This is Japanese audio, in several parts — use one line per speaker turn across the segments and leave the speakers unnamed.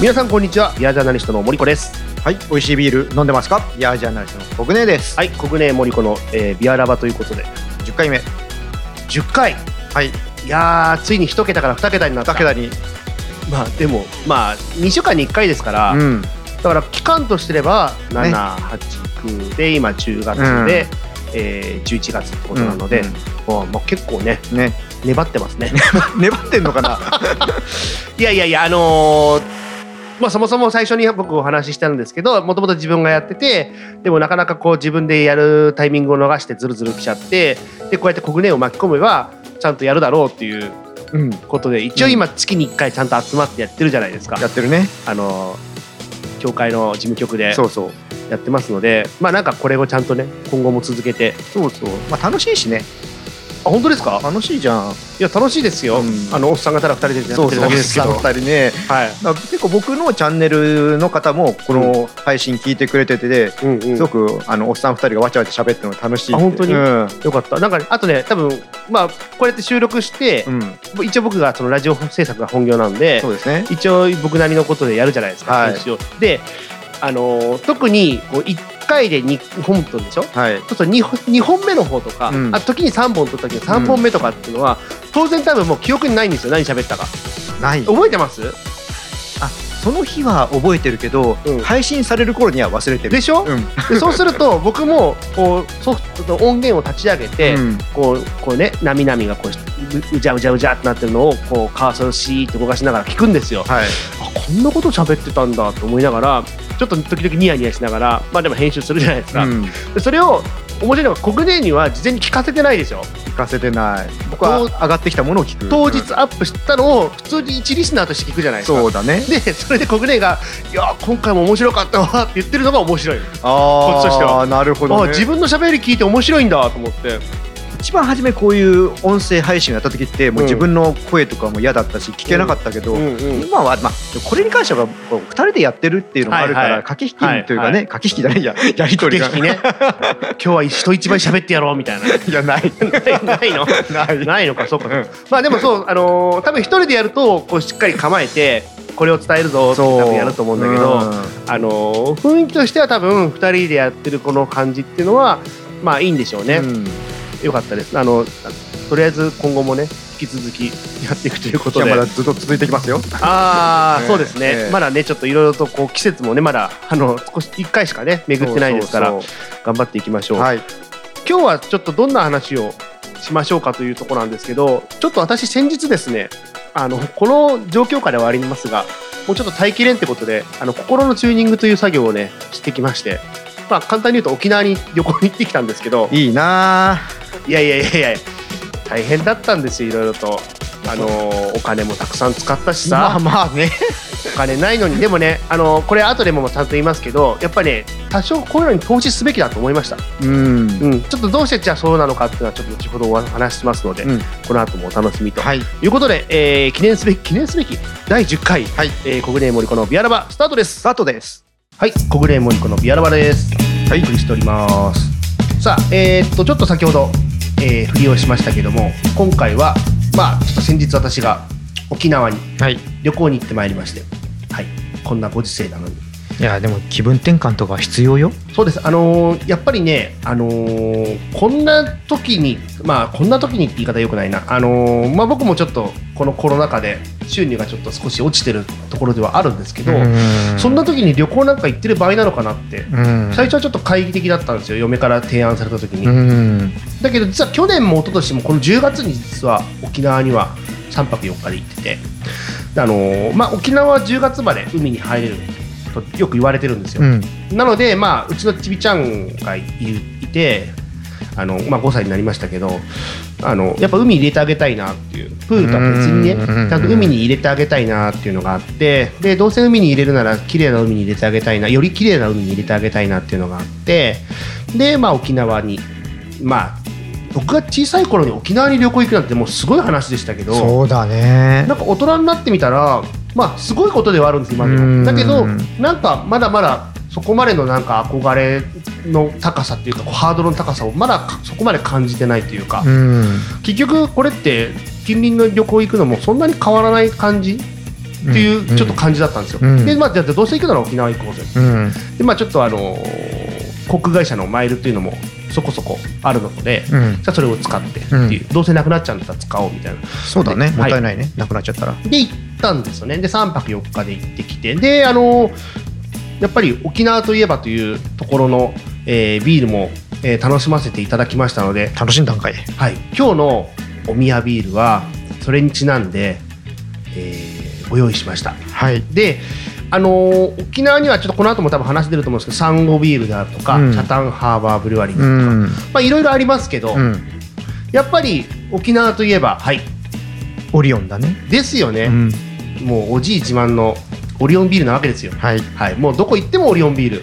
皆さんこんにちはビアジャーナリストの森子です
はい、美味しいビール飲んでますかいやージャーナリストの僕ねです。
はい国内森子の、えービアラバということで
10回目。
10回
はい、
いやーついに1桁から2桁になった
武田に。
まあでもまあ2週間に1回ですから、
ん。
だから期間としてれば
ね
789で今10月で、えー11月ってことなので、まあまあ、結構ね
うん、ね、
粘ってますね
粘ってんのか な
いやいやいやあのーまあ、そもそも最初に僕お話ししたんですけどもともと自分がやっててでもなかなかこう自分でやるタイミングを逃してズルズル来ちゃってでこうやって国内を巻き込めばちゃんとやるだろうっていう
うん。や
ことで一応今月に1回ちゃんと集まってやってるじゃないですか、
ってるね。
あのー協会の事務局で
そうそう。
やってますのでまあなんかこれをちゃんとね今後も続けて
そうそう。まあ楽しいしね。
あ本当ですか
楽しいじゃん。
いや楽しいですよ、
うん
あのおっさんがただ2人でやってるだけですけど
おっさん二人ね。
はい
だから結構僕のチャンネルの方もこの配信聞いてくれててで、
うんうん
すごくあのおっさん二人がわちゃわちゃ喋ってるのが楽しいって。
あ本当に
うん。
よかったなんかねあとね多分まあこうやって収録して
う、ん
一応僕がそのラジオ制作が本業なんで
そうですね。
一応僕なりのことでやるじゃないですか、
はい
編集をであのー特にこう1回で 2, 本撮るでしょち
はい。
ょっと 2, 本2本目の方とか、
うん
あ時に3本撮った時の3本目とかっていうのは、当然多分もう記憶にないんですよ何喋ったか
ない。
覚えてます
その日は覚えてるけど、
うん
配信される頃には忘れてる。
でしょ、
うん。
でそうすると僕もこうソフトの音源を立ち上げて、
うん
こうこうねなみなみがこうううじゃうじゃうじゃってなってるのをこうカーソルをシーって動かしながら聞くんですよあ
はい。
こんなこと喋ってたんだと思いながらちょっと時々ニヤニヤしながらまあでも編集するじゃないですか、
うん
でそれを面白いのが国内には事前に聞かせてないでしょ
聞かせてない僕は
当
上がってきたものを聞く
当日アップしたのを普通に一リスナーとして聞くじゃないですか
そうだね
でそれで国内が「いやー今回も面白かったわ」って言ってるのが面白い、
あー
こっちとしては
なるほど、
あ
ね、
自分の喋り聞いて面白いんだと思って
一番初めこういう音声配信をやった時ってもう自分の声とかも嫌だったし聞けなかったけど、
うんうん
今は、まあ、これに関してはこう2人でやってるっていうのもあるから、
はいはい
駆け引きというかね、
はいは
駆け引きじゃないややり取りが
駆け引き ね今日は人一倍喋ってやろうみたいな
いやない
ないの
ない
ないのかそうか、
うん
まあでもそうあのー多分一人でやるとこうしっかり構えてこれを伝えるぞって多分やると思うんだけど、
ん
あのー雰囲気としては多分二人でやってるこの感じっていうのはまあいいんでしょうね、
うん
よかったですあのとりあえず今後もね引き続きやっていくというこ
じ
と
ゃあ
で
まだずっと続いてきますよ
ああ、
ええ
そうですね、
ええ
まだねちょっといろいろとこう季節もねまだあの少し1回しかね巡ってないですから
そうそうそ
頑張っていきましょう、
うはい
今日はちょっとどんな話をしましょうかというところなんですけどちょっと私先日ですねあのこの状況下ではありますがもうちょっと待機連ってことであの心のチューニングという作業をねしてきまして、まあ、簡単に言うと沖縄に旅行に行ってきたんですけど
いいなあ
いやいやいやいや大変だったんですよいろいろと。あのお金もたくさん使ったしさ、
まあまあね
お金ないのにでもねあのこれ後でもちゃんと言いますけどやっぱりね多少こういうのに投資すべきだと思いました
うん
うん、ちょっとどうしてじゃあそうなのかっていうのはちょっと後ほどお話ししますので、
うん
この後もお楽しみと、
はい
い、うことで、えー記念すべき記念すべき第10回、
はい
えー、国連森子のビアラバスタートです
スタートです
はい国連森子のビアラバです
はい
お送りしておりますさあえーっとちょっと先ほど、えー振りをしましたけども今回はまあちょっと先日私が沖縄に
はい
旅行に行ってまいりましてはいこんなご時世なのに
いやでも気分転換とか必要よ。
そうです、あのーやっぱりね、あのーこんな時に、まあ、こんな時にって言い方よくないな、あのーまあ、僕もちょっとこのコロナ禍で収入がちょっと少し落ちてるところではあるんですけど、そんな時に旅行なんか行ってる場合なのかなって、
うん
最初はちょっと懐疑的だったんですよ、嫁から提案された時に。
うん
だけど、実は去年も一昨年も、この10月に実は沖縄には3泊4日で行ってて、あのーまあ、沖縄は10月まで海に入れるとよく言われてるんですよ。
うん
なので、まあ、うちのちびちゃんがいいてあの、まあ、5歳になりましたけどあのやっぱ海入れてあげたいなっていうプールとは別にね
うんうんうんうん
ちゃんと海に入れてあげたいなっていうのがあってでどうせ海に入れるなら綺麗な海に入れてあげたいなより綺麗な海に入れてあげたいなっていうのがあってで、まあ、沖縄にまあ僕が小さい頃に沖縄に旅行行くなんてもうすごい話でしたけど
そうだね
な。んか大人になってみたら、まあ、すごいことではあるんです今で
う
も
ん
だけどなんかまだまだそこまでのなんか憧れの高さっていうかこうハードルの高さをまだかそこまで感じてないというか、
うん
結局これって近隣の旅行行くのもそんなに変わらない感じっていうちょっと感じだったんですよ。
うん
で、まあ、じゃあどうせ行くなら沖縄行こうぜ。
うん
で、まあ、ちょっとあのー航空会社のマイルっていうのもそこそこあるので、じ
うん
ゃあそれを使ってっていう、どうせなくなっちゃうんだったら使おうみたいな。
そうだね
はい
もったいないねなくなっちゃったら
で行ったんですよねで3泊4日で行ってきてであのやっぱり沖縄といえばというところの、えービールも、えー楽しませていただきましたので、
楽しんだんかい
はい、今日のお宮ビールはそれにちなんで、えーご用意しました
はい
であのー沖縄にはちょっとこの後も多分話出ると思うんですけどサンゴビールであるとか、
うん
チャタンハーバーブルワリーだ
う
とか、
ん
まあいろいろありますけど、
うん
やっぱり沖縄といえばはい
オリオンだね
ですよね、
うん
もうおじい自慢のオリオンビールなわけですよ。
はい
はい、もうどこ行ってもオリオンビール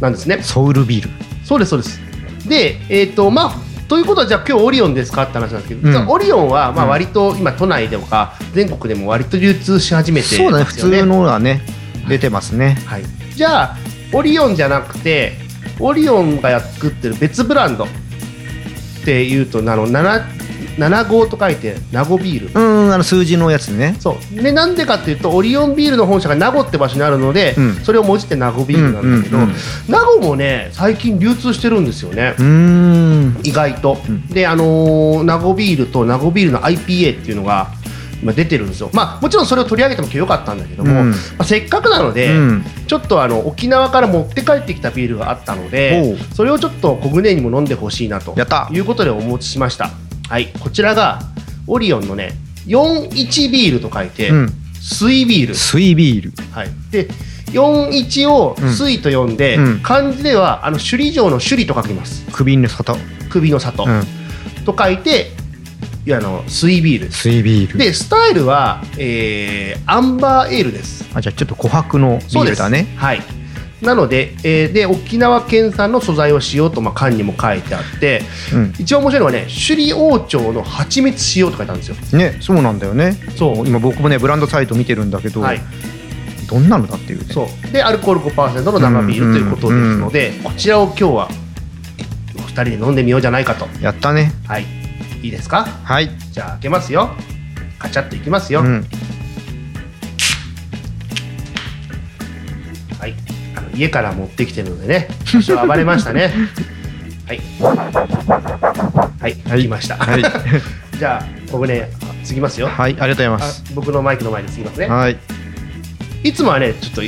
なんですね。
ソウルビール
そうですそうです。で、えっ、とまあということはじゃあ今日オリオンですかって話なんですけど、
うん
実はオリオンはまあ
うん
割と今都内でもか全国でも割と流通し始めて
そうだ
ま
ね普
すよね。
通。のがね出てますね
はい。じゃあオリオンじゃなくてオリオンが作ってる別ブランドっていうとあの七七号と書いてナゴビール。
うんあの数字のやつね
そうでなんでかっていうとオリオンビールの本社が名護って場所にあるので、
うん
それをもじって名護ビールなんだけど、
うんうんうん
名護もね最近流通してるんですよね、
うん
意外と、
うん
であのー名護ビールと名護ビールの IPA っていうのが今出てるんですよまあもちろんそれを取り上げても今日よかったんだけども、
うん
まあ、せっかくなので、
うん
ちょっとあの沖縄から持って帰ってきたビールがあったの
お
で
う
それをちょっと小舟にも飲んでほしいなと
やった
いうことでお持ちしましたはいこちらがオリオンのね41ビールと書いて、
うん
水ビール、
水ビール
はい、で41を水と呼んで、
うん
漢字ではあの首里城の首里と書きます
首の里
首の里、
うん
と書いていやあの水ビールです
水ビール
でスタイルは、えーアンバーエールです
あじゃあちょっと琥珀のビ
そう
ー
で
ル
す
だね
はいなので,、えーで沖縄県産の素材を使用と、まあ、缶にも書いてあって
うん
一番面白いのはね首里王朝の蜂蜜使用と書いてあるんですよ
ねそうなんだよね
そ
今僕もねブランドサイト見てるんだけど、
はい、
どんなのだっていうね
そうでアルコール5%の生ビールということですので、こちらを今日はお二人で飲んでみようじゃないかと
やったね
はいいいですか
はい
じゃあ開けますよカチャッといきますよ、
うん、
はいあの家から持ってきてるのでね多少暴れました ねはいはい、
はい
い、きました、
はい
じゃあ僕ね継ぎますよ
はいありがとうございま
あ
す
僕のマイクの前で継ぎますね
はい
いつもはねちょっと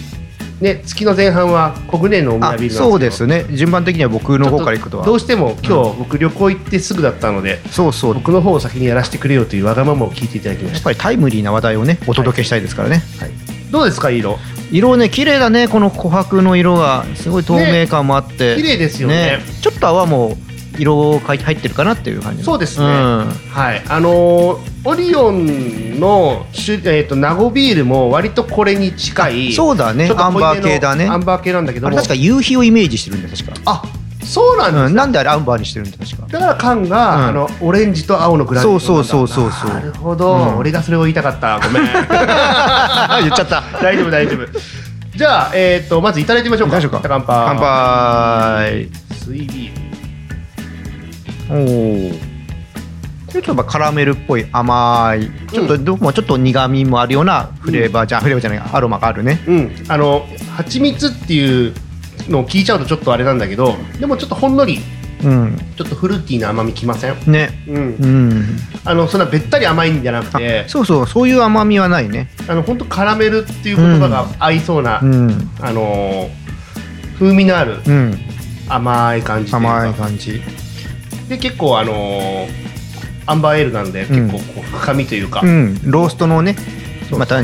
ね月の前半は小舟のお
あ
宮ビールなんですけど
そうですね順番的には僕の方から行くとは
どうしても今日僕旅行行ってすぐだったので、
そうそうや
僕の方を先にやらせてくれよというわがままを聞いていただきま
っ
し
ぱりタイムリーな話題をねお届けしたいですからね、
た、はい、どうですか色
色ね綺麗だねこの琥珀の色がすごい透明感もあって、
綺麗ですよね
ちょっと泡も色を入ってるかなっていう感じの
そうですね
ん
はいあのーオリオンのしゅ、えー、と名護ビールも割とこれに近い
そうだね
ちょっと
アン
濃いめの
バー系だね
ア
あ
ンバー系なんだけども
れ確か夕日をイメージしてるんだよ確か
あそうなんだ、
うん、なんであれアンバーにしてるんだ確か
だから缶が、
うん
あのオレンジと青のグラデーションなんだ
そうそうそうそうそう
なるほど、
うん
俺がそれを言いたかったごめん
言っちゃった
大丈夫大丈夫じゃあ、えー、とまずいただいてみましょうか
いきましょうか
乾杯
乾杯
水ビール
おおちょっとまあカラメルっぽい甘いちょっとどこもちょっと苦味もあるようなフレーバーじゃ、ん、フレーバーじゃないアロマがあるね
うん、あの蜂蜜っていうのを聞いちゃうとちょっとあれなんだけどでもちょっとほんのり
うん
ちょっとフルーティーな甘みきません、
ね
うん、
うん
あのそんなべったり甘いんじゃなく
あ
て
そうそうそういう甘みはないね
あの本当カラメルっていう言葉が合いそうな、
うん
あのー風味のある
うん
甘い感じというか
甘い感じ
で結構あのーアンバーエールなんで
う
結
ん
構こう深みというか、
うんローストのねまた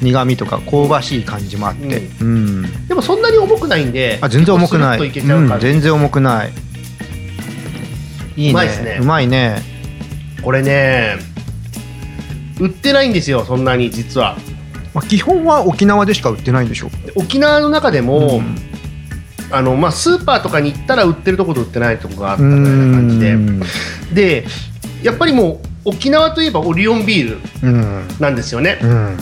苦味とか香ばしい感じもあってうん、
でもそんなに重くないんで
あ全然重くない
結構スルッといけちゃう
う
感
ん、
じ、
全然重くないい
う
いね
まいっすね
うまいね
これね売ってないんですよそんなに実は
まあ、基本は沖縄でしか売ってないんでしょ
で沖縄の中で
う
も、
ん
あのまあ、スーパーとかに行ったら売ってるとこと売ってないとこがあった
う
みたいな感じで
ん
でやっぱりもう沖縄といえばオリオンビール
うん
なんですよね
う、ん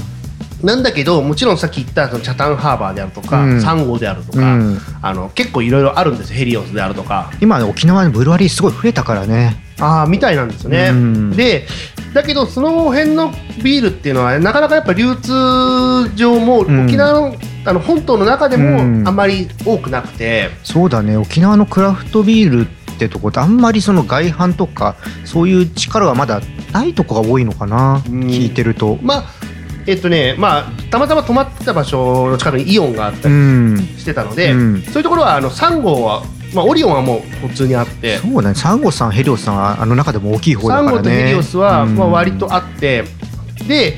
なんだけどもちろんさっき言ったそのチャタンハーバーであるとか、
うん
サンゴであると
う
か、
ん
あの結構いろいろあるんですヘリオスであるとか
今ね沖縄のブルワリーすごい増えたからね
ああみたいなんですよね、
うん
でだけどその辺のビールっていうのはなかなかやっぱ流通上も
ん
沖縄の,、あの本島の中で
うん
もあまり多くなくて、
そうだね沖縄のクラフトビールってとこってあんまりその外販とかそういう力がまだないとこが多いのかな、
うん
聞いてると。
まあえっとねまあたまたま泊まってた場所の近くにイオンがあった
う
り
ん
してたので、
うん
そういうところはあの3号は、まあ、オリオンはもう普通にあって。
そうだねサンゴさんヘリオスさんはあの中でも大きい方だ
サ
から
ンゴ
ね
とヘリオスは、
うん
まあ、割とあってで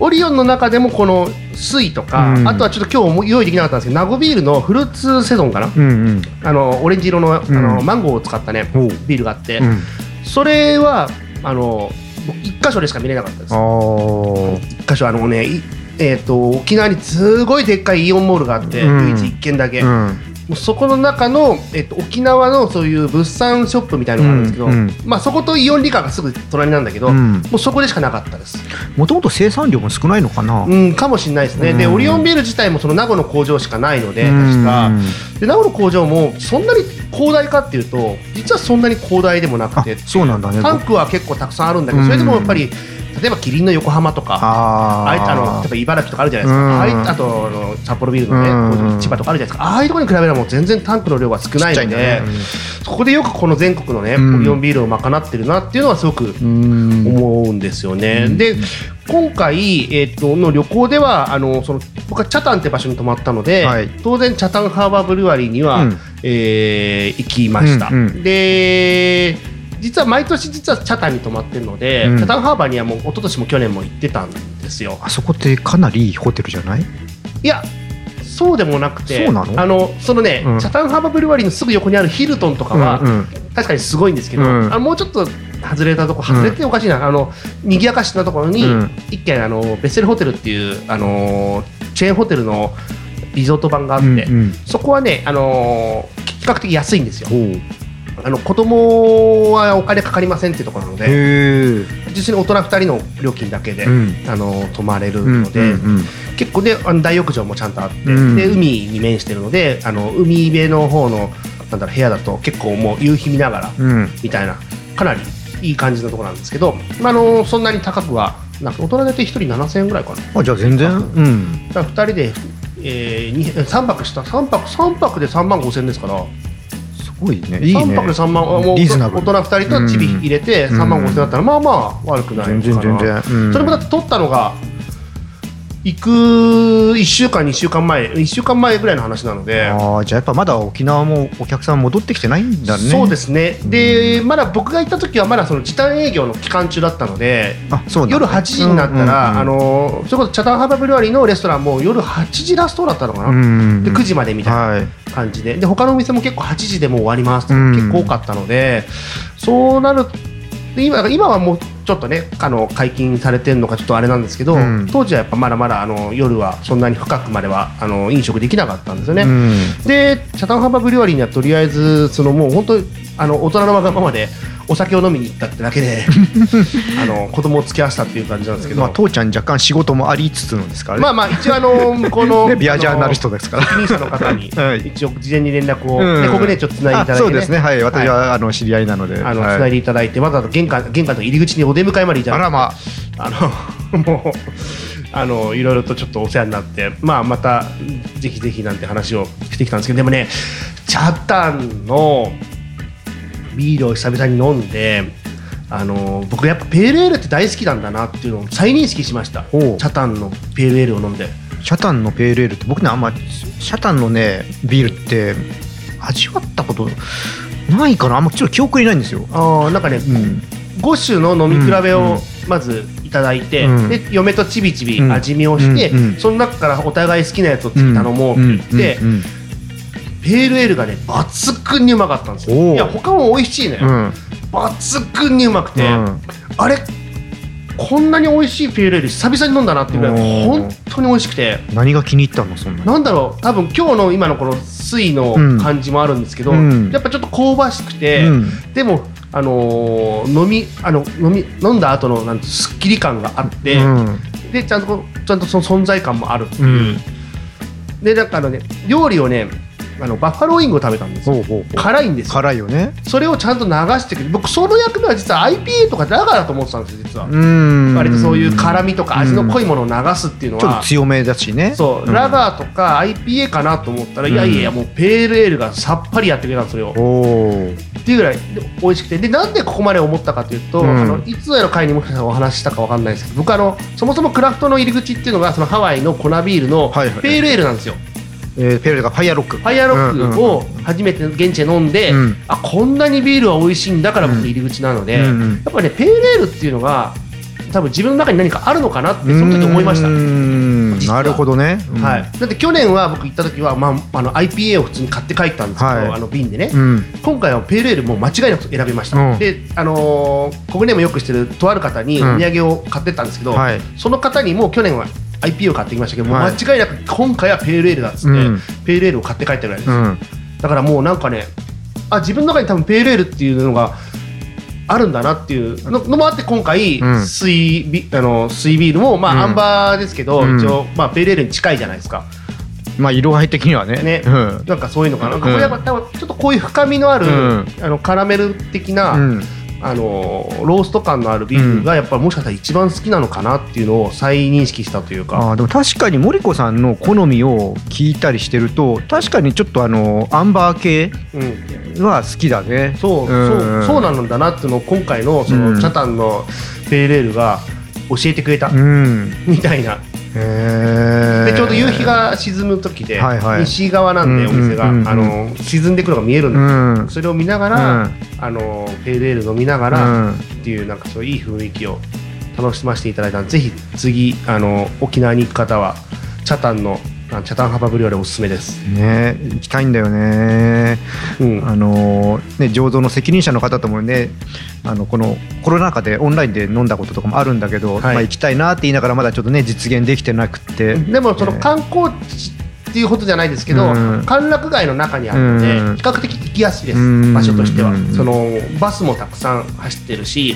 オリオンの中でもこの水とか、
うん
あとはちょっと今日も用意できなかったんですけど名護ビールのフルーツセゾンかな
うんうん
あのオレンジ色のあの、
うん
マンゴーを使ったね
おう
ビールがあって、
うん
それはあの僕一箇所でしか見れなかったです
あー
一箇所あのねいえー、と沖縄にすごいでっかいイオンモールがあって、
うん
唯一一軒だけ、
う
も
ん
うそこの中の、えっと沖縄のそういう物産ショップみたいなのがあるんですけど、
うんうん
まあ、そことイオン理科がすぐ隣なんだけど、
うん
もうそこでしかなかったです。
もともと生産量も少ないのかな、
うん、かもしれないですね。で、
うん
オリオンビール自体もその名護の工場しかないので、
う
確
ん
か。で、名護の工場もそんなに広大かっていうと、実はそんなに広大でもなく
あ
て、
そうなんだね
タンクは結構たくさんあるんだけど、
うん
それでもやっぱり、例えばキリンの横浜とか、
あー
あいあの例えば茨城とかあるじゃないですか、
うん
ああいあとあの札幌ビールのね、
うん
工場千葉とかあるじゃないですか、ああいうところに比べればもう全然タンクの量は少ないので、そこでよくこの全国のね、
うん
オリオンビールを賄ってるなっていうのはすごく
うん
思うんですよね。
うん
で今回、えっとの旅行ではあのその僕はチャタンって場所に泊まったので、
はい
当然チャタンハーバーブルワリーには、
うん
えー行きました。
うんうん
で実は毎年実はチャタンに泊まってるので、
うん
チャタンハーバーにはもう一昨年も去年も行ってたんですよ。
あそこってかなりいいホテルじゃない
いやそうでもなくて
そうなの
あのそのね、
うん
チャタンハーバーブルワリーのすぐ横にあるヒルトンとかは、
うんうん
確かにすごいんですけど、
うん
あのもうちょっと外れたとこ外れておかしいな、あの賑やかしなところに、
うん
一軒あのベッセルホテルっていうあのチェーンホテルのリゾート版があって、
うん
そこはねあの比較的安いんですよ
うんほう
あの子供はお金かかりませんっていうところなので
へえ
実に大人2人の料金だけで、
うん
あの泊まれる
うん
ので、
うん
結構であの大浴場もちゃんとあって、
うん
で海に面してるのであの海辺の方のなんだろう部屋だと結構もう夕日見ながら
うんうん
みたいなかなりいい感じのところなんですけど、まあ、あのそんなに高くはなく大人で1人7000円ぐらいかな
あじゃあ全然うん
だから2人で、えー、に3泊した3泊三泊で3万5000円ですから
すごいねいい
3
ね
泊で3万もう
リーズナブ
大
ル
人2人とチビ入れて
うん
3万5000円だったら、まあまあ悪くないかな
全然全然うん
それもだって取ったのが行く1週間2週間前1週間前ぐらいの話なので
ああじゃあやっぱまだ沖縄もお客さん戻ってきてないんだね
そうですすねで、まだ僕が行った時はまだその時短営業の期間中だったので
あそうなん
夜
だ
8時になったら、
うんうんうん
あのーそれこそチャタンハーバーブルワリーのレストランも夜8時ラストだったのかな、
うん
で9時までみたい
はい
な感じでで他のお店も結構8時でもう終わりますとか、
うん
結構多かったのでそうなるで今今はもうちょっとねあの解禁されてるのかちょっとあれなんですけど、
うん
当時はやっぱまだまだあの夜はそんなに深くまではあの飲食できなかったんですよね。
うん
でチャタンハーバーブリュワリーにはとりあえずそのもう本当にあの大人のわがままでお酒を飲みに行ったってだけ であの子供を付き合わせたっていう感じなんですけど、
まあ
まあ、
父ちゃん若干仕事もありつつのですからね
まあ一応あの向こうの
ねビアジャーナリストですから
責任者の方に
はい
一応事前に連絡を、
うん
ね、国内ちょっとつないでいただいて、ね、
あそうですねはい私は、あの知り合いなので
あの
は
つないでいただいてわざわざ玄関玄関の入り口にお出迎えまでいただ
あ
いて
らまあ
あのもうあのいろいろとちょっとお世話になって、まあ、またぜひぜひなんて話をしてきたんですけどでもねチャタンのビールを久々に飲んであの僕やっぱペールエールって大好きなんだなっていうのを再認識しましたチ
おう
ャタンのペールエールを飲んで
シャタンのペールエールって僕ねあんまシャタンのねビールって味わったことないかなあんまちょっと記憶にないんですよ、
あーなんかね
うん、
5種の飲み比べ
うんう
を
ん
まずいただいて、
うん
で嫁とちびちび
うん
味見をして、
うんうん
その中からお互い好きなやつを次頼もうって言って、
うんうん
ペールエールがね抜群にうまかったんです
お
よ
ー
いや他も美味しいの
う
よ、
ん
抜群にうまくて、
うん
あれこんなに美味しいペールエール久々に飲んだなっていうぐら
お
い
ー
本当に美味しくて
何が気に入ったのそんなに
なんだろう多分今日の今のこの水の感じもあるんですけど、
うん
やっぱちょっと香ばしくて、
うん
でもあのー飲みあの飲み飲んだ後のなんてすっきり感があって、
うん
でちゃんとこうちゃんとその存在感もあるっていう
うん
でなんかあのね料理をねあのバッファローイングを食べたんですよ
ほうほうほう
辛いんですよ
辛いよね
それをちゃんと流してくる僕その役目は実は IPA とかだからと思ってたんですよ実は、
うん
割とそういう辛みとか味の濃
い
いものを流すっていうの
ちょっ
は
と、強めだしね
そう、
ん
ラガーとか IPA かなと思ったら、
うん
いやいやもうペールエールがさっぱりやってくれたんですよ、
おお
っていうぐらいで美味しくてでなんでここまで思ったかというと、
うん
あのいつの回にもお話ししたかわかんないですけど僕あのそもそもクラフトの入り口っていうのがそのハワイの粉ビールの
はいはい
ペールエールなんですよ、
えーペルレがファイヤーロック
ファイアロックを初めて現地で飲んで、
うん
あこんなにビールは美味しいんだから僕入り口なので、
うんうん
やっぱねペールエールっていうのが多分自分の中に何かあるのかなってその時思いました、
うーん
実は
なるほどね、うん
はい、だって去年は僕行った時は、まあ、あの IPA を普通に買って帰ったんですけど、
はい
あの瓶でね、
うん
今回はペールエールもう間違いなく選びました、
うん
で、あのーここでもよくしてるとある方にお
うん
土産を買ってったんですけど、
はい
その方にもう去年は IPA を買ってきましたけど、もう
はい
間違いなく今回はペールエールだっつって、
うん
ペールエールを買って帰ったぐらいです、
うん
だからもうなんかねあ自分の中に多分ペールエールっていうのがあるんだなっていうののもあって今回、
うん
水ビあの水ビールも、まあ
うん
アンバーですけど、
うん
一応、まあ、ペールエールに近いじゃないですか
まあ色合い的にはね
ね
うん
なんかそういうのかな、
うん
これやっぱ多分ちょっとこういう深みのある、
うん
あのカラメル的な、
うん
あのロースト感のあるビールがやっぱもしかしたら一番好きなのかなっていうのを再認識したというか、
あーでも確かに森子さんの好みを聞いたりしてると確かにちょっとあのアンバー系
うん、
は好きだね
そうそうそうなんだなっていうのを今回のその、
うん
チャタンのペールエールが教えてくれた
うん
みたいな
へえ
でちょうど夕日が沈む時で、
はいはい
西側なんでお店が、
うんうんうん
あの沈んでくるのが見えるん
う
で、
ん
それを見ながら、あのペールエール飲みながら、
うん
っていうなんかそういういい雰囲気を楽しませていただいたのでぜひ次あの沖縄に行く方はチャタンのあのチャタンハバブリオレおすすめです、
ね行きたいんだよね
うん
あのね醸造の責任者の方ともねあのこのコロナ禍でオンラインで飲んだこととかもあるんだけ
は
ど、
い
まあ、行きたいなって言いながらまだちょっとね実現できてなくって、
でもその
ね
観光地っていうことじゃないですけど、
うん
歓楽街の中にあるので、
うん
比較的行きやすいです、
うん
場所としては、
うん
そのバスもたくさん走ってるし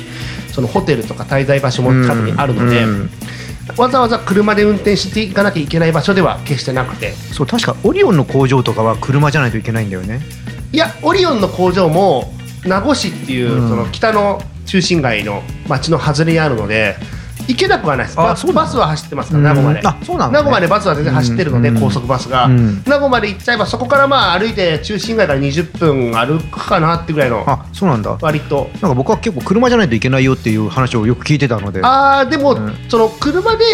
そのホテルとか滞在場所も近くにあるので、
うん
わざわざ車で運転していかなきゃいけない場所では決してなくて
そう確かオリオンの工場とかは車じゃないといけないんだよね
いやオリオンの工場も名護市っていう、
うん
その北の中心街の町の外れにあるので行けなくはないです
あ
バ
そうな
バ
の
スは走ってますから名護まで、
うんあそうなの、ね、
名護までバスは全然走ってるので、
うん
高速バスが、
うん
名護まで行っちゃえばそこからまあ歩いて中心街から20分歩くかなってぐらいの
あそうなんだ
割と
なんか僕は結構車じゃないといけないよっていう話をよく聞いてたので
あーでも、
うん
その車で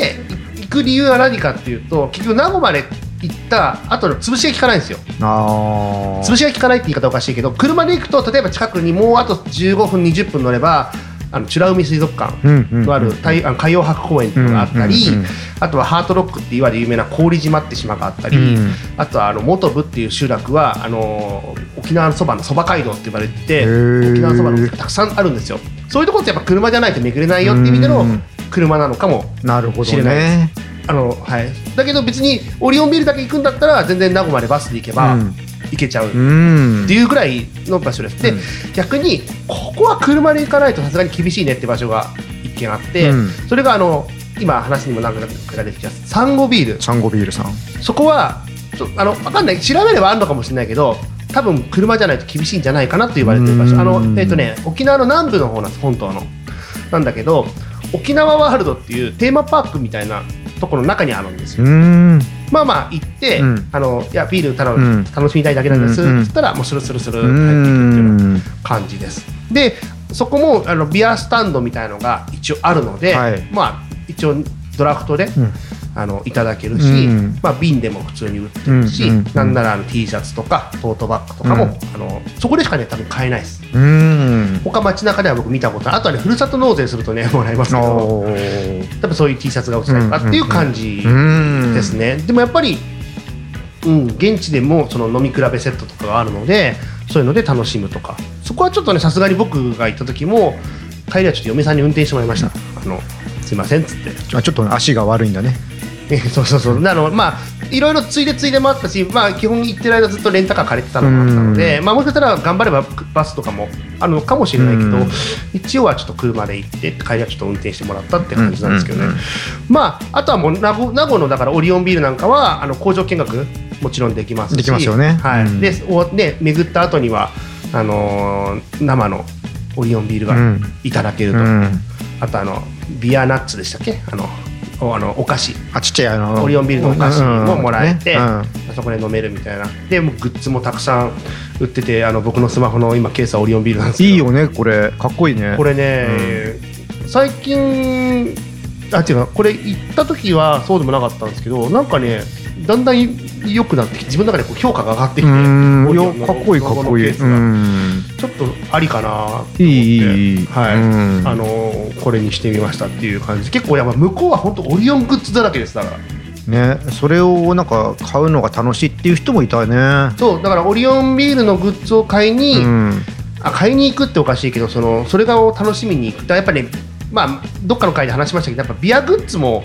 行く理由は何かっていうと結局名護まで行った後の潰しが効かないんですよ
あー
潰しが効かないって言い方おかしいけど車で行くと例えば近くにもうあと15分20分乗ればあの美ら海水族館
うんうん
のある太あの海洋博公園っていうのがあったり、
うんうんうん
あとはハートロックっていわゆる有名な氷島って島があったり、
うん
あとはあの元部っていう集落はあのー沖縄のそばのそば街道って呼ばれてて
へー
沖縄のそばのお店がたくさんあるんですよそういうところってやっぱ車じゃないと巡れないよっていう意味での
うん
車なのかも
なるほ
知
ど
れない
ね
あの、はい、だけど別にオリオンビールだけ行くんだったら全然名古屋までバスで行けば
うん
行けちゃう
うん
っていうぐらいの場所です。で、
うん
逆にここは車で行かないとさすがに厳しいねって場所が一軒あって、
うん
それがあの今話にも何回か出てきたサンゴビール
サンゴビールさん
そこはちょあの分かんない調べればあるのかもしれないけど多分車じゃないと厳しいんじゃないかなと言われてる場
う
所
ん
あの、えっとね、沖縄の南部の方なんです本島のなんだけど沖縄ワールドっていうテーマパークみたいなところの中にあるんですよ
うん
まあまあ行って、
うん
あのいやビールただ
うん
楽しみたいだけなんです、
うんうん
っつったらもうスルスルスル
う
入っていくっていうようなん感じです。でそこもあのビアスタンドみたいのが一応あるので、
はい
まあ一応ドラフトで、
ん
あのいただけるし、
うん
まあ、瓶でも普通に売ってるし、
うんうん
なんならあの T シャツとかトートバッグとかも、
うん
あのそこでしかね多分買えないです。
うん
他街中では僕見たことないあとはねふるさと納税するとねもらえますけど
おー
多分そういう T シャツが落ちたりとかっていう感じ
うん
ですね、でもやっぱり、うん、現地でもその飲み比べセットとかがあるのでそういうので楽しむとかそこはちょっとねさすがに僕が行った時も帰りはちょっと嫁さんに運転してもらいました、あのすいませんっつって
あちょっと足が悪いんだね
え そうそうそうなのまあいろいろついでついでもあったし、まあ、基本行ってる間ずっとレンタカー借りてたのもあったので、まあ、もしかしたら頑張ればバスとかもあるのかもしれないけど、
うん
一応はちょっと車で行って帰りはちょっと運転してもらったって感じなんですけどね、
うんうんうん
まああとはもう名護名護のだからオリオンビールなんかはあの工場見学もちろんできますし
できますよね
はい
うん
でおで巡った後にはあのー生のオリオンビール
う
が
ん
いただける
う
と、
ん
あとあのビアナッツでしたっけあのおあのお菓子
あちっちゃいあの
オリオンビールのお菓子も
うん
もらえて
うんうん
あそこで飲めるみたいなでもうグッズもたくさん売っててあの僕のスマホの今ケースはオリオンビールなんですけど
いいよねこれかっこいいね
これね、最近あ違うこれ行った時はそうでもなかったんですけどなんかねだんだん良くなってきて自分の中でこう評価が上がってき
う
て、オ
んい
リ
や
オンの
かっこいいかっこ
ロゴ
いい
のケースが
うん
ちょっとありかなと思って
いいいいいい
はい
うん
あのーこれにしてみましたっていう感じ結構やっぱ向こうは本当オリオングッズだらけですだから
ねそれをなんか買うのが楽しいっていう人もいたね
そうだからオリオンビールのグッズを買いに、
うん
あ買いに行くっておかしいけどそのそれがを楽しみに行くだからやっぱり、ね、まあどっかの回で話しましたけどやっぱビアグッズも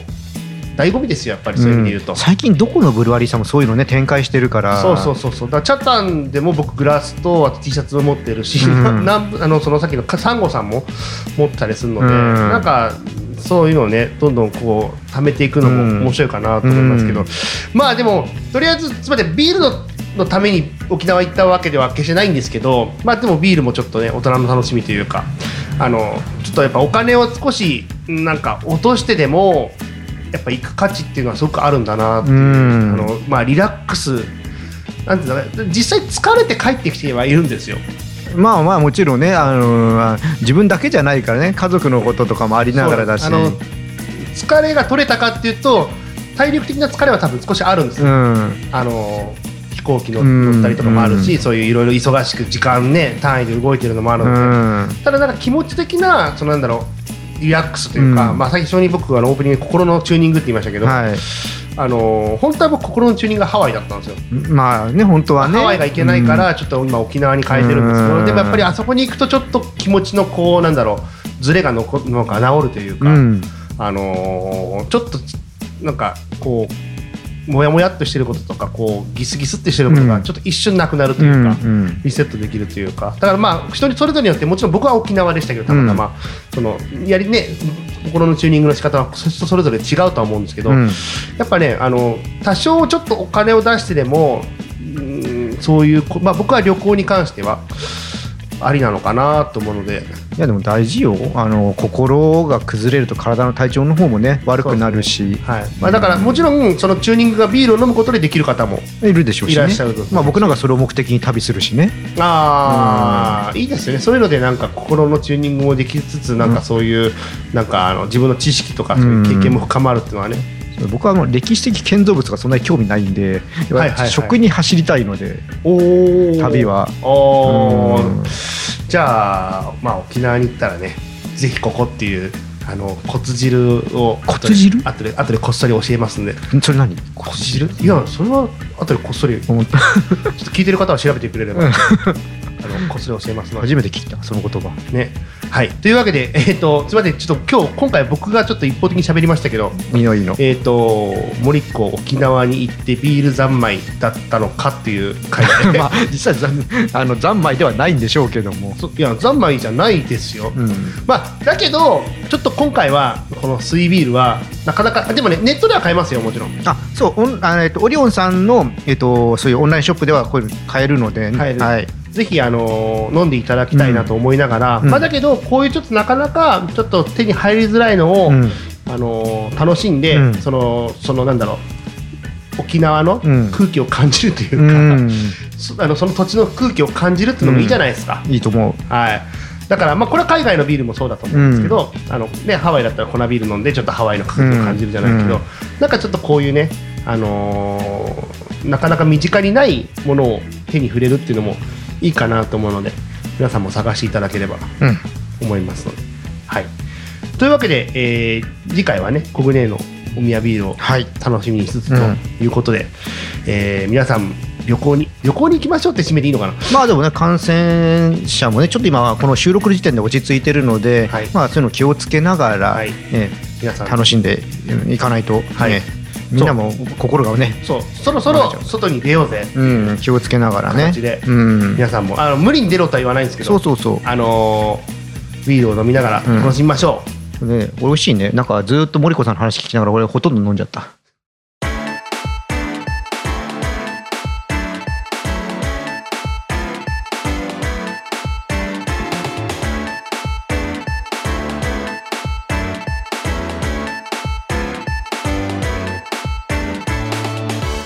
醍醐味ですよやっぱりそういう意味で言うと、
うん最近どこのブルワリーさんもそういうのね展開してるから
そうそうそうそうだからチャタンでも僕グラスとあと T シャツを持ってるし、
うん
ななんあのそのさっきのかサンゴさんも持ってたりするので、
うん
なんかそういうのをねどんどんこう貯めていくのも面白いかなと思いますけど、
うん
まあでもとりあえずつまりビールののために沖縄行ったわけでは決してないんですけどまあでもビールもちょっとね大人の楽しみというかあのちょっとやっぱお金を少しなんか落としてでもやっぱ行く価値っていうのはすごくあるんだなっていう、
うん
あのまあ、リラックスなんていうのかな実際疲れて帰ってきてはいるんですよ。
まあまあもちろんね、あのー自分だけじゃないからね家族のこととかもありながらだし
そうあの疲れが取れたかっていうと体力的な疲れは多分少しあるんですよ、
うん
あの飛行機の
うん
乗ったりとかもあるし、
うん
そういういろいろ忙しく時間ね単位で動いてるのもある
う
ので、
ん
ただなんか気持ち的なそのなんだろうリラックスというか、
うん
まあ、最初に僕あのオープニングで心のチューニングって言いましたけど、
はい
あの本当は僕心のチューニングがハワイだったんですよ。
まあね本当はね
ハワイが行けないから、ちょっと今沖縄に変えてるんですけ
う
ど
ん
でもやっぱりあそこに行くとちょっと気持ちのこうなんだろうズレが残るのが治るという
う
か、
ん、
あのーちょっとなんかこうもやもやっとしてることとかこうギスギスってしてること
う
が
ん
ちょっと一瞬なくなると
う
いうんか。
うん
リセットできるというかだからまあ人にそれぞれによってもちろん僕は沖縄でしたけどたまたま、そのやりね心のチューニングの仕方は人それぞれ違うとは思うんですけど、
うん
やっぱねあの多少ちょっとお金を出してでもうーんそういうこ、まあ、僕は旅行に関してはありなのかなと思うので
いやでも大事よあの心が崩れると体の体調の方もね悪くなるし、
はいまあ、だからもちろんそのチューニングがビールを飲むことでできる方も
いるでしょうし、ね、
いらっしゃると思います
まあ、僕なんかそれを目的に旅するしね
ああいいですよねそういうのでなんか心のチューニングもできつつなんかそういう、なんかあの自分の知識とかそういう経験も深まるっていうのはね、
僕はもう歴史的建造物がそんなに興味ないんで、
はいはいはい
食に走りたいので
おお
旅は
お
うん
ーじゃあまあ沖縄に行ったらねぜひここっていうあの骨汁を
骨汁
後で後で後でこっそり教えますんで
それ何
骨汁いやそれは後でこっそりちょ
思った
っと聞いてる方は調べてくれれば、
うん
あのこっそり教えますので
初めて聞いたその言葉
ねはいというわけでえっ、とすみませんちょっと今日今回僕がちょっと一方的に喋りましたけど
いいのいいの
えっ、と森っ子沖縄に行ってビール三昧だったのかっていう回で
まあ実は残あの残米ではないんでしょうけども、
そいや三昧じゃないですよ、
うん、
まあ、だけど、ちょっと今回は、この水ビールは、なかなか、あでもね、ネットでは買えますよ、もちろん。
あそうオンあの、えっと、オリオンさんの、えっと、そういうオンラインショップではこれ買えるので、
買える
はい、
ぜひ、あのー飲んでいただきたいなと思いながら、
うん
まあ、だけど、こういうちょっとなかなか、ちょっと手に入りづらいのを、
うん
あのー楽しんで、
うん
その、その、なんだろう、沖縄の
うん
空気を感じるといううか、
ん、
そあのその土地の空気を感じるっていうのもいいじゃないですか。
いいと思
はいだから、まあ、これは海外のビールもそうだと思うんですけど、あのね、ハワイだったら粉ビール飲んでちょっとハワイの風景を感じるじゃないけど、
うん
なんかちょっとこういうね、あのーなかなか身近にないものを手に触れるっていうのもいいかなと思うので皆さんも探していただければ
う、うん、
思いますので。はい、というわけで、えー次回はねコグネーのお宮ビールを
はい
楽しみにしつつ
うん
ということで、えー皆さん旅行に旅行に行きましょうって締めでいいのかな
まあでもね感染者もねちょっと今はこの収録時点で落ち着いてるので、
はい
まあそういうの気をつけながら、
はい
ね
皆さん
楽しんでいかないと、ね
はい
みんなも心がね、
そうそろそろ外に出ようぜ
うん、気をつけながらね
形で
うん、
皆さんもあの無理に出ろとは言わないんですけど
そうそうそ
あのービールを飲みながら
うん
楽しみましょう、
う、ね、美味しいねなんかずっと森子さんの話聞きながら俺ほとんど飲んじゃった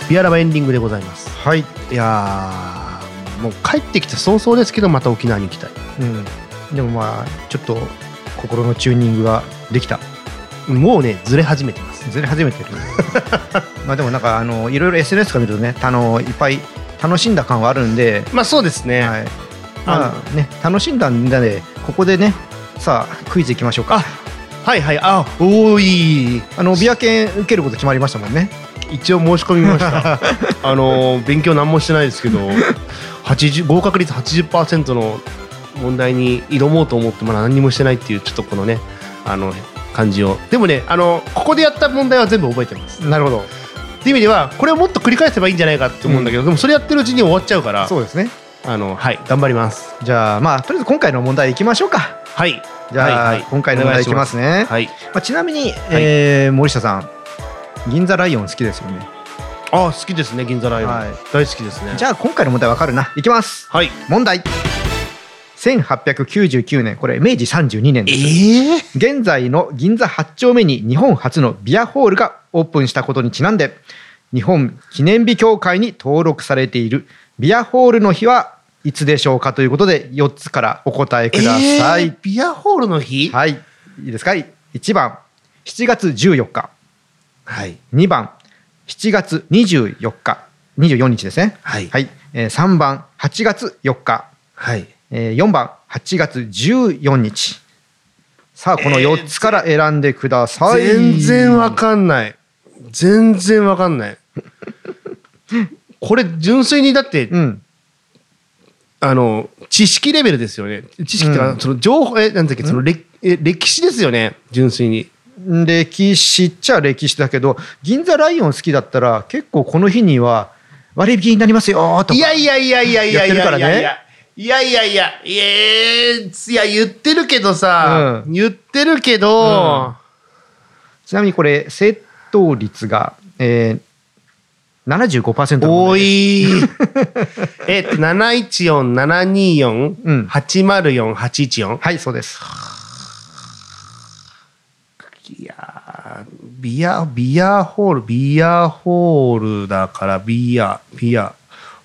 ビアラバエンディングでございます
はい、
いやーもう帰ってきた早々ですけどまた沖縄に行きたい
うん、でもまあちょっと心のチューニングができた
もうねずれ始めてます
全然初めてる まあでもなんかあのいろいろ SNS とか見るとねあのいっぱい楽しんだ感はあるんで、
まあそうですね、
はいまあね、楽しんだんでここでねさあクイズいきましょうか
あはいはいあおーいい
あのビア研受けること決まりましたもんね
一応申し込みました あのー勉強何もしてないですけど80合格率80%の問題に挑もうと思っても何にもしてないっていうちょっとこのねあの感じをでもねあのここでやった問題は全部覚えてます
なるほど
っていう意味ではこれをもっと繰り返せばいいんじゃないかって思うんだけど、でもそれやってるうちに終わっちゃうから
そうですね
あのはい頑張ります
じゃあまあとりあえず今回の問題いきましょうか
はい
じゃあ、
はいはい
今回の問題いきますね
はい
まあ、ちなみに、えー森下さん銀座ライオン好きですよね
あ好きですね銀座ライオン、
はい
大好きですね
じゃあ今回の問題わかるないきます
はい
問題1899年これ明治32年です
ええ
現在の銀座8丁目に日本初のビアホールがオープンしたことにちなんで日本記念日協会に登録されているビアホールの日はいつでしょうかということで4つからお答えください、
えービアホールの日
はいいいですか1番7月14日
はい
2番7月24日24日ですね
はい
はい、えー、3番8月4日
はい
えー4番8月14日さあこの
えー
4つから選んでください、
全然わかんない全然わかんないこれ純粋にだって、
うん
あの知識レベルですよね知識ってか、
うん
その情報えなんだっけその歴え歴史ですよね純粋に
歴史っちゃ歴史だけど銀座ライオン好きだったら結構この日には割引になりますよとか
いやいやいやいやいやいやい
やってるから
やいや
ね
いやいやいやいやえーいや言ってるけどさ、
うん
言ってるけど、
ちなみにこれ正答率が、えー、75%の問
多
題です
いえ七一四七二
うん
四八0四八一四
はいそうです
いやービアビアホールビアホールだからビアビア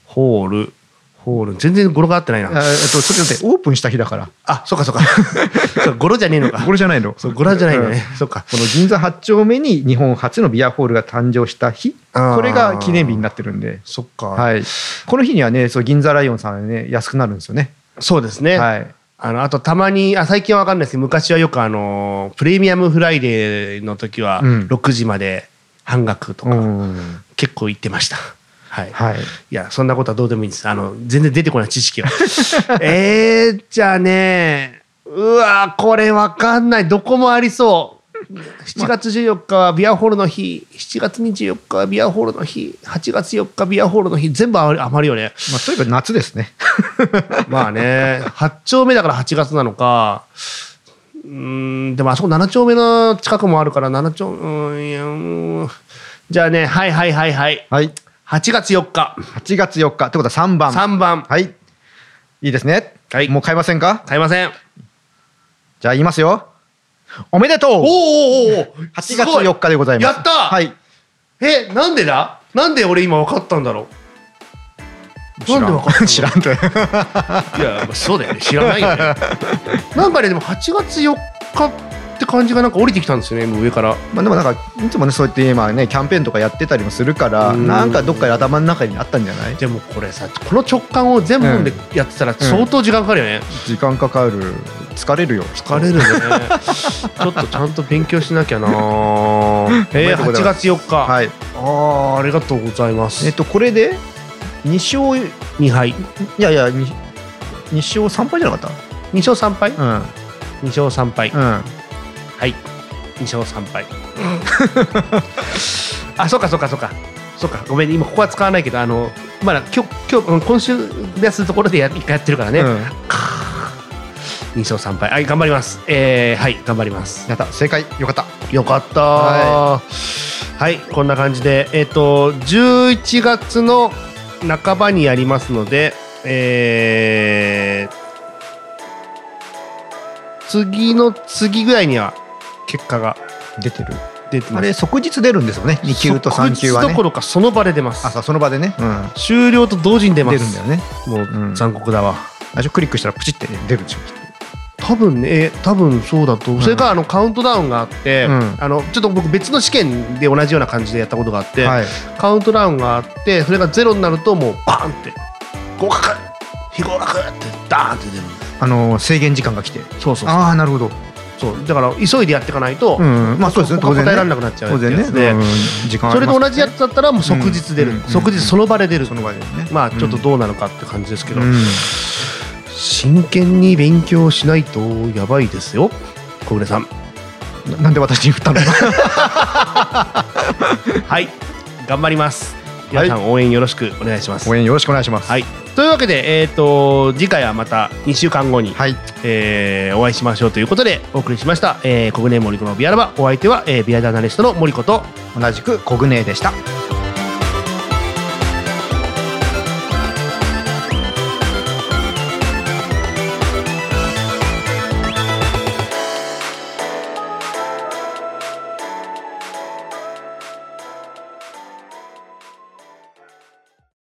ホールホール全然語呂が合ってない
あえっと
な
ちょっと待ってオープンした日だから
あそうかそうか そう語呂じゃねえのか
これじゃないの
そう語呂じゃないんだね、
う
そうか
この銀座8丁目に日本初のビアホールが誕生した日
あー
これが記念日になってるんで
そっか、
はい、この日にはねそう銀座ライオンさんね安くなるんですよね。
そうですね、
はい、
あのあとたまにあ最近は分かんないですけど昔はよくあのプレミアムフライデーの時は
うん
6時まで半額と
う
か、
ん
結構行ってましたはい
はい、
いや、そんなことはどうでもいいんです。あの、全然出てこない知識は。 えー、じゃあね、うわ、これわかんない。どこもありそう。7月14日はビアホールの日、7月24日はビアホールの日、8月4日ビアホールの日、全部余余るよね。
まあ、とにかく夏ですね。
まあね、8丁目だから8月なのか、うーん、でもあそこ7丁目の近くもあるから、7丁、うーんいやうーん、じゃあね、はいはいはいはい、
はい、
8月4日、
8月4日ってことは3番。
3番、
はい、いいですね。
はい
もう買いませんか。
買いません。
じゃあ言いますよ。おめでとう。
おーおーおお8
8月4日でございます。
やった
はい。
えなんでだなんで俺今分かったんだろうなんで分かったの
知らん。知らんと。
いや、まあ、そうだよね知らないよね なんかねでも8月4日って感じがなんか降りてきたんですよねもう上から
まあでもなんかいつもねそうやって今ねキャンペーンとかやってたりもするから
うん
なんかどっかで頭の中にあったんじゃない？
でもこれさこの直感を全部でやってたら相当時間かかるよね、
時間かかる。疲れるよ。
疲れるね ちょっとちゃんと勉強しなきゃなえー、
おめでとうござ
8
いま
月4日、
はい。
あーありがとうございま
え
す
っとこれで二勝
2敗
いやいや、に日勝3敗じゃなかっ
2勝3敗
たうん。
2勝3敗
うん。
はい。2勝3敗。 あ、そうかそうかそうか。そうか。ごめん、今ここは使わないけど、あの、まだ今日、今日うん、今週出すところでや一回やってるからね。
うん
2勝3敗。はい、頑張ります。えー、はい、頑張ります。
やった、正解、よかった。
よかったー
は
はい、こんな感じで、えっ、と、11月の半ばにやりますので、えー、次の次ぐらいには結果が
出てる。
出て
あ
ま
れ
す
即日出るんですよね2級と3級は
即日
ね
どころかその場で出ます
あそうその場でね、うん、
終了と同時に出ま
出
す
るんだよね
も
う
うん残酷だわ、
最初クリックしたらプチって出るんでしょ
多分ねえ多分そうだと、
ん
それからあのカウントダウンがあって、
うん
あのちょっと僕別の試験で同じような感じでやったことがあって、
はい、
カウントダウンがあってそれがゼロになるともうバーンって合格非合格ってダーンって出るんです
あのー制限時間が来て
そうそう
ああなるほど、
そうだから急いでやっていかないと、
うん、まあそうですね当
答え
然
られ
ね
なくなっちゃう
当
やつで
然ね、うん、時間あ
それ
ります
と同じやつだったらもう即日出る、
うんうん
即日その場で出る、
その場でね
まあちょっと
う
どうなのかって感じですけど、
んうん
真剣に勉強しないとやばいですよ小暮さん
ななんで私に振ったの
はい頑張ります皆さん応援よろしくお願いします、
応援よろしくお願いします
はいというわけで、えー、と次回はまた2週間後に、
はい
えーお会いしましょうということでお送りしました「えー、国年森子のビアラバ」お相手は、えービアダアナリストの森子と
同じくコグネでした